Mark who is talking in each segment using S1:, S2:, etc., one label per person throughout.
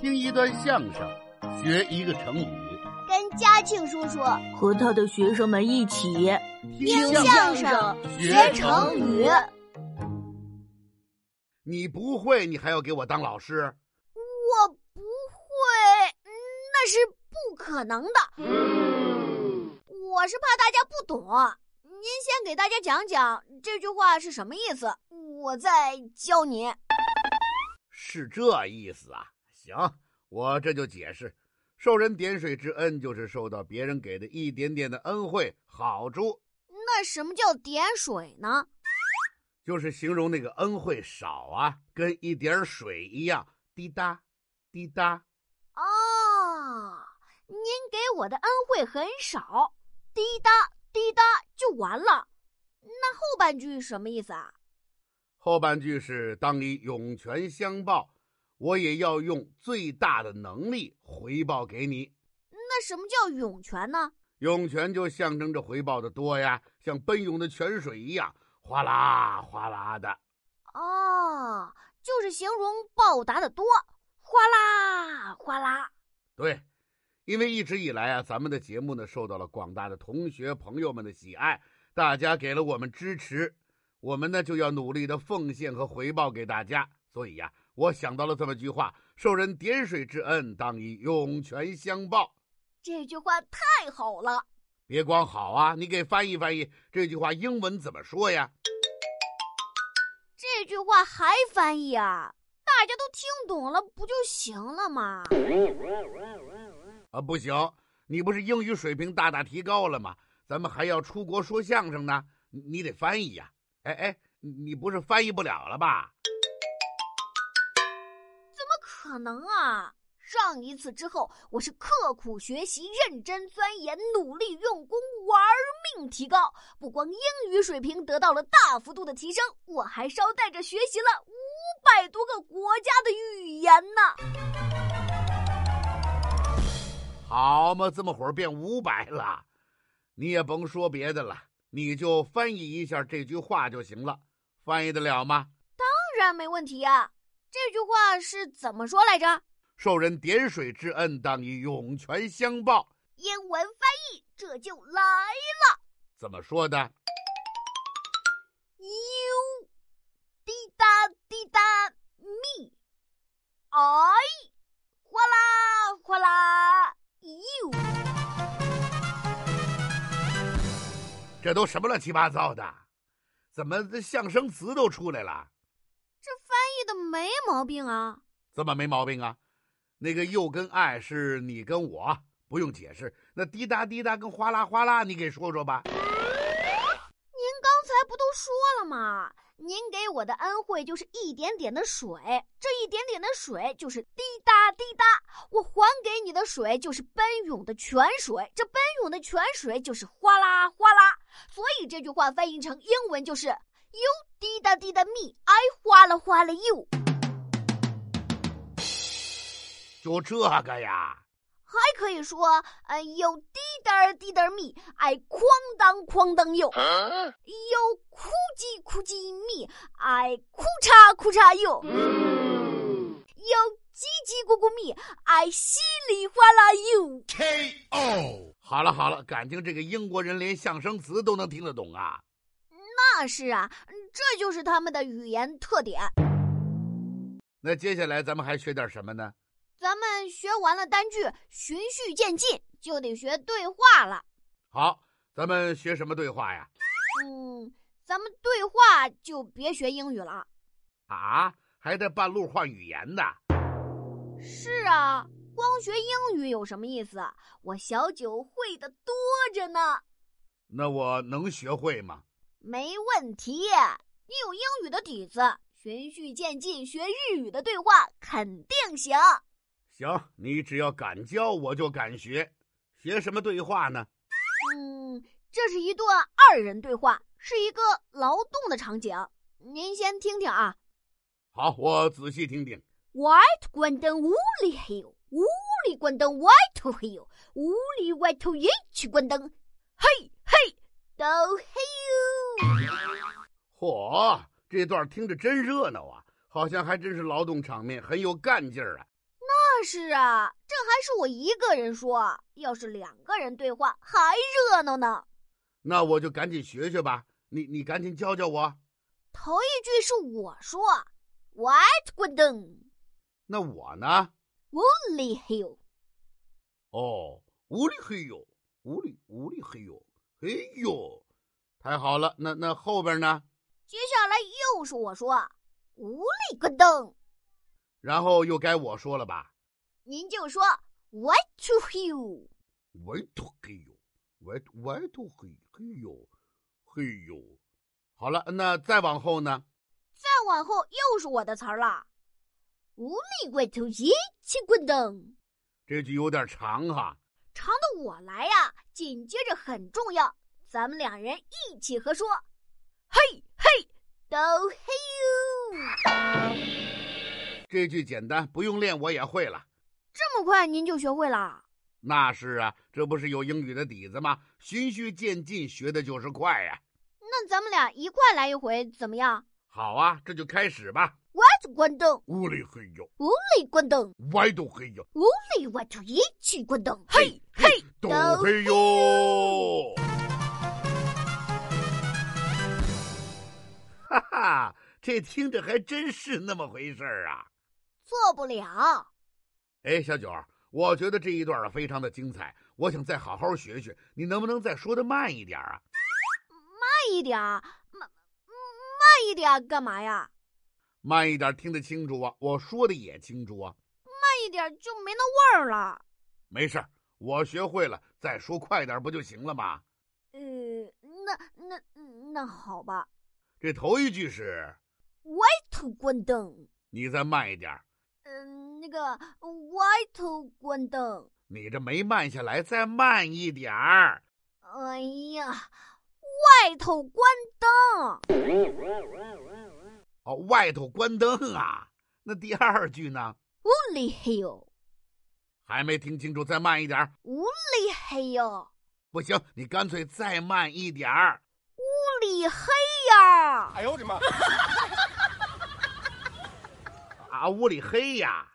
S1: 听一段相声，学一个成语，
S2: 跟嘉庆叔叔
S3: 和他的学生们一起。
S2: 听
S1: 相
S2: 相声
S1: 学
S2: 成
S1: 成
S2: 语。
S1: 你不会，你还要给我当老师？
S2: 我不会，嗯那是不可能的。我是怕大家不懂。您先给大家讲讲这句话是什么意思，我再教你。
S1: 是这意思啊？行，我这就解释。受人点水之恩，就是受到别人给的一点点的恩惠好处，
S2: 那什么叫点水呢？
S1: 就是形容那个恩惠少啊，跟一点水一样，滴答，滴答。
S2: 哦，您给我的恩惠很少，滴答滴答就完了。那后半句什么意思啊？
S1: 后半句是“当你涌泉相报”，我也要用最大的能力回报给你。
S2: 那什么叫涌泉呢？
S1: 涌泉就象征着回报的多呀，像奔涌的泉水一样，哗啦哗啦的。
S2: 哦，就是形容报答的多，哗啦哗啦。
S1: 对，因为一直以来啊，咱们的节目呢受到了广大的同学朋友们的喜爱，大家给了我们支持，我们呢就要努力的奉献和回报给大家。所以呀、我想到了这么句话：“受人点水之恩，当以涌泉相报。”
S2: 这句话太好了，
S1: 别光好啊，你给翻译翻译这句话英文怎么说呀？
S2: 这句话还翻译啊？大家都听懂了不就行了吗？
S1: 啊，不行，你不是英语水平大大提高了吗？咱们还要出国说相声呢，你你得翻译呀、哎哎，你你不是翻译不了了吧？
S2: 怎么可能啊！上一次之后，我是刻苦学习、认真钻研、努力用功、玩命提高。不光英语水平得到了大幅度的提升，我还捎带着学习了五百多个国家的语言呢。
S1: 好嘛，这么会儿变五百了，你也甭说别的了，你就翻译一下这句话就行了，翻译得了吗？
S2: 当然没问题呀、这句话是怎么说来着？
S1: 受人点水之恩，当以涌泉相报，
S2: 英文翻译这就来
S1: 怎么说的？
S2: you，滴答滴答 me，I，哗啦哗啦 you。
S1: 这都什么乱七八糟的？怎么这象声词都出来了？
S2: 这翻译的没毛病啊。
S1: 怎么没毛病啊？那个又跟爱是你跟我，不用解释。那滴答滴答跟哗啦哗啦，你给说说吧。
S2: 您刚才不都说了吗？您给我的恩惠就是一点点的水，这一点点的水就是滴答滴答，我还给你的水就是奔涌的泉水，这奔涌的泉水就是哗啦哗啦。所以这句话翻译成英文就是 “You 滴答滴答 me，I 哗啦哗啦 you”。
S1: 就这个呀？
S2: 还可以说，呃，有滴答儿滴答儿咪，哎，哐当哐当又，有哭唧哭唧咪，哎，哭嚓哭嚓又，有叽叽咕咕咪，哎，稀里哗啦又。
S1: 哦，好了好了，感情这个英国人连象声词都能听得懂啊。
S2: 那是啊，这就是他们的语言特点。
S1: 那接下来咱们还学点什么呢？
S2: 咱们学完了单句，循序渐进，就得学对话了。
S1: 好，咱们学什么对话呀？
S2: 嗯，咱们对话就别学英语了。
S1: 啊，还在半路换语言呢。
S2: 是啊，光学英语有什么意思？啊？我小九会的多着呢。
S1: 那我能学会吗？
S2: 没问题，你有英语的底子，循序渐进学日语的对话肯定行。
S1: 行，你只要敢教，我就敢学。学什么对话呢？
S2: 嗯，这是一段二人对话，是一个劳动的场景。您先听听啊。
S1: 好，我仔细听听。
S2: White 关灯屋里黑，屋里关灯 white 黑，屋里 white 也去关灯，嘿嘿都嘿哟。
S1: 嚯，这段听着真热闹啊，好像还真是劳动场面，很有干劲儿啊。
S2: 是啊，这还是我一个人说，要是两个人对话，还热闹呢。
S1: 那我就赶紧学学吧。你你赶紧教教我。
S2: 头一句是我说，What 滚灯
S1: 那我呢？
S2: ，Only hill，
S1: 哦，无力嘿呦，无力无力嘿呦，嘿哎呦，太好了。那那后边呢？
S2: 接下来又是我说，无力滚灯，
S1: 然后又该我说了吧？
S2: 您就说 What to hill，
S1: 喂土嘿呦，喂喂土嘿嘿呦，嘿呦。好了，那再往后呢？
S2: 再往后又是我的词儿了，无力滚头一起滚灯。
S1: 这句有点长哈。
S2: 长的我来呀、紧接着很重要，咱们两人一起合说，嘿嘿，都嘿哟！
S1: 这句简单，不用练我也会了。
S2: 这么快您就学会了？
S1: 那是啊，这不是有英语的底子吗？循序渐进，学的就是快呀、
S2: 那咱们俩一块来一回怎么样？
S1: 好啊，这就开始吧。
S2: What 关灯，
S1: 屋里嘿呦，
S2: 无力关灯，
S1: 外头嘿呦，
S2: 无力我就一起关灯。嘿嘿，
S1: 都嘿呦。哈哈，这听着还真是那么回事儿啊！
S2: 做不了。
S1: 哎，小九儿，我觉得这一段啊非常的精彩，我想再好好学学，你能不能再说的慢一点儿啊？
S2: 慢一点儿，慢慢一点儿干嘛呀？
S1: 慢一点儿听得清楚啊，我说的也清楚啊。
S2: 慢一点儿就没那味儿了。
S1: 没事儿，我学会了，再说快点儿不就行了吗？
S2: 呃，那那那好吧。
S1: 这头一句是，
S2: White 关灯，
S1: 你再慢一点儿，
S2: 嗯，那个 White 关灯。
S1: 你这没慢下来，再慢一点儿。
S2: 哎呀，外头关灯，
S1: 哦，外头关灯啊。那第二句呢？
S2: 屋里黑哟，
S1: 还没听清楚，再慢一点儿。
S2: 屋里黑哟，
S1: 不行，你干脆再慢一点儿。
S2: 屋里黑呀。
S4: 哎呦我的妈！
S1: 啊，屋里黑呀。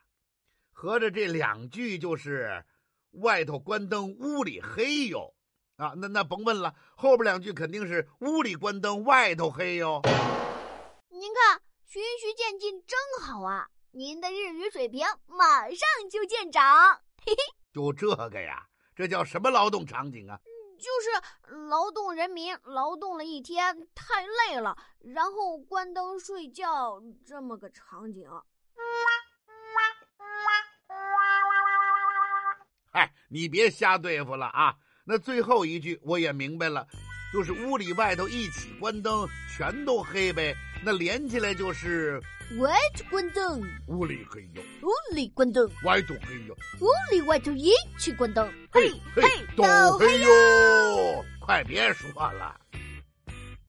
S1: 合着这两句就是外头关灯，屋里黑哟。啊，那那甭问了，后边两句肯定是屋里关灯，外头黑哟。
S2: 您看，循序渐进真好啊！您的日语水平马上就见长。
S1: 就这个呀，这叫什么劳动场景啊？
S2: 就是劳动人民劳动了一天，太累了，然后关灯睡觉这么个场景。
S1: 嗨，你别瞎对付了啊！那最后一句我也明白了，就是屋里外头一起关灯，全都黑呗。那连起来就是
S2: 外头关灯，
S1: 屋里黑哟，
S2: 屋里关灯，
S1: 外头黑哟，
S2: 屋里外头一起关灯。嘿，
S1: 嘿
S2: 嘿，
S1: 都
S2: 都
S1: 黑哟！快别说了。